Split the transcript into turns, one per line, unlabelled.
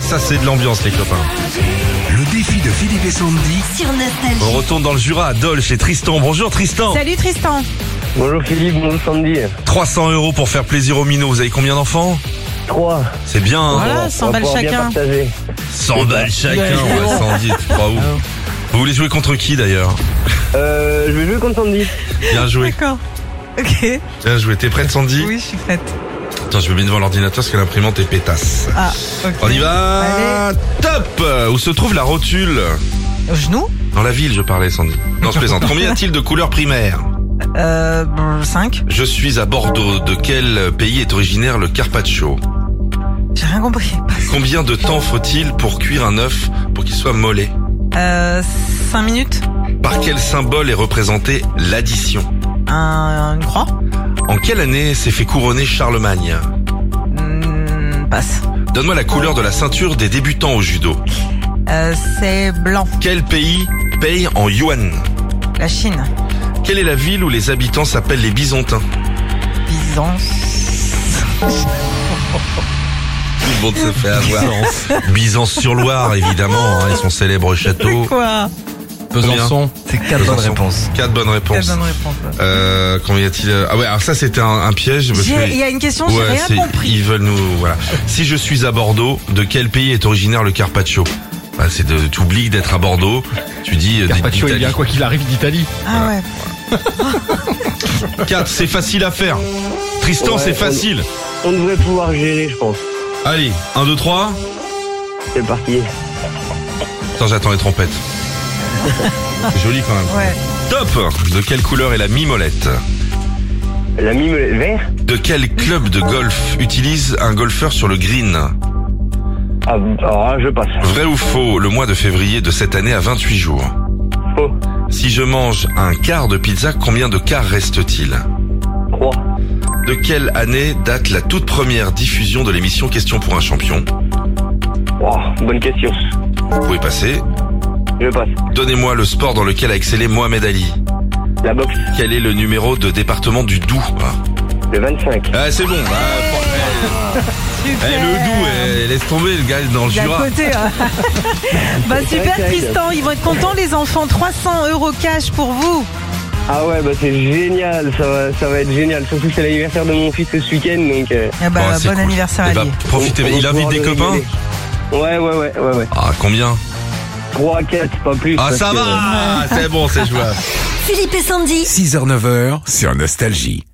ça c'est de l'ambiance les copains.
Le défi de Philippe et Sandy.
sur Nostalgie.
On retourne dans le Jura à Dole chez Tristan. Bonjour Tristan.
Salut Tristan.
Bonjour Philippe, bonjour Sandy.
300 euros pour faire plaisir aux minots. Vous avez combien d'enfants
3.
C'est bien. hein
Voilà, 100 balles chacun.
100 balles chacun. Ouais, Sandy, tu crois où Vous voulez jouer contre qui d'ailleurs
Euh, je vais jouer contre Sandy.
Bien joué.
D'accord. Ok.
Bien joué. T'es prête Sandy
Oui, je suis prête.
Attends, je me mets devant l'ordinateur parce que l'imprimante est pétasse.
Ah, ok.
On y va.
Allez.
Top. Où se trouve la rotule
Au genou
Dans la ville, je parlais Sandy. Non, je plaisante. Combien y a-t-il de couleurs primaires
Euh. 5.
Je suis à Bordeaux. De quel pays est originaire le carpaccio
J'ai rien compris.
Combien de temps faut-il pour cuire un œuf pour qu'il soit mollet
Euh. 5 minutes.
Par quel symbole est représentée l'addition
Un, une croix.
En quelle année s'est fait couronner Charlemagne
Hmm, passe.
Donne-moi la couleur de la ceinture des débutants au judo.
Euh, c'est blanc.
Quel pays paye en yuan
La Chine.
Quelle est la ville où les habitants s'appellent les bisontins
Byzance.
Tout le monde se fait avoir. Byzance sur Loire, évidemment, hein, et son célèbre château.
C'est quoi
Besançon.
C'est quatre bonnes réponses.
Quatre bonnes
Quelle
réponses.
bonne réponse. ouais.
Euh, combien y a-t-il euh, Ah ouais, alors ça c'était un, un piège. parce
J'ai-
que-
Il y a une question, j'ai
Ouais, c'est-
rien compris.
ils veulent nous. Voilà. Si je suis à Bordeaux, de quel pays est originaire le Carpaccio bah, C'est de t'oublies d'être à Bordeaux. Tu dis euh,
Carpaccio est
d'Italie.
bien quoi qu'il arrive d'Italie.
Ah ouais.
4, c'est facile à faire. Tristan,
Ouais,
c'est
on-
facile.
On devrait pouvoir gérer, je pense.
Allez, 1, 2, 3.
C'est parti.
Attends, j'attends les trompettes. C'est joli quand même.
Ouais.
Top De quelle couleur est la mimolette
La mime vert
De quel club de golf utilise un golfeur sur le green
Ah, ah, je passe.
Vrai ou faux, le mois de février de cette année a 28 jours.
Faux.
Si je mange un quart de pizza, combien de quarts reste-t-il
3.
De quelle année date la toute première diffusion de l'émission Question pour un champion
bonne question.
Vous pouvez passer.
Je passe.
Donnez-moi le sport dans lequel a excellé Mohamed Ali.
La boxe,
Quel est le numéro de département du Doubs Ah,
le 25.
Ah, c'est bon. Ah, eh,
Super.
le Doubs, eh, laisse tomber le gars dans le
Il est à
Jura.
côté. hein. bah super Tristan, ils vont être contents les enfants. 300 euros cash pour vous.
Ah ouais, bah c'est génial, ça va, ça va être génial. Surtout que c'est l'anniversaire de mon fils ce week-end, donc... euh,
Eh bah,
Oh,
bon
c'est cool.
anniversaire
Eh
à
ben,
lui.
profitez,
on- on
il
va
invite
pouvoir
des
le
copains
régaler. Ouais, ouais, ouais, ouais, ouais.
Ah, combien
3, 4, pas plus.
Ah,
parce
ça
que- euh,
va C'est bon, c'est jouable.
Philippe et Sandy.
6h, 9h sur Nostalgie.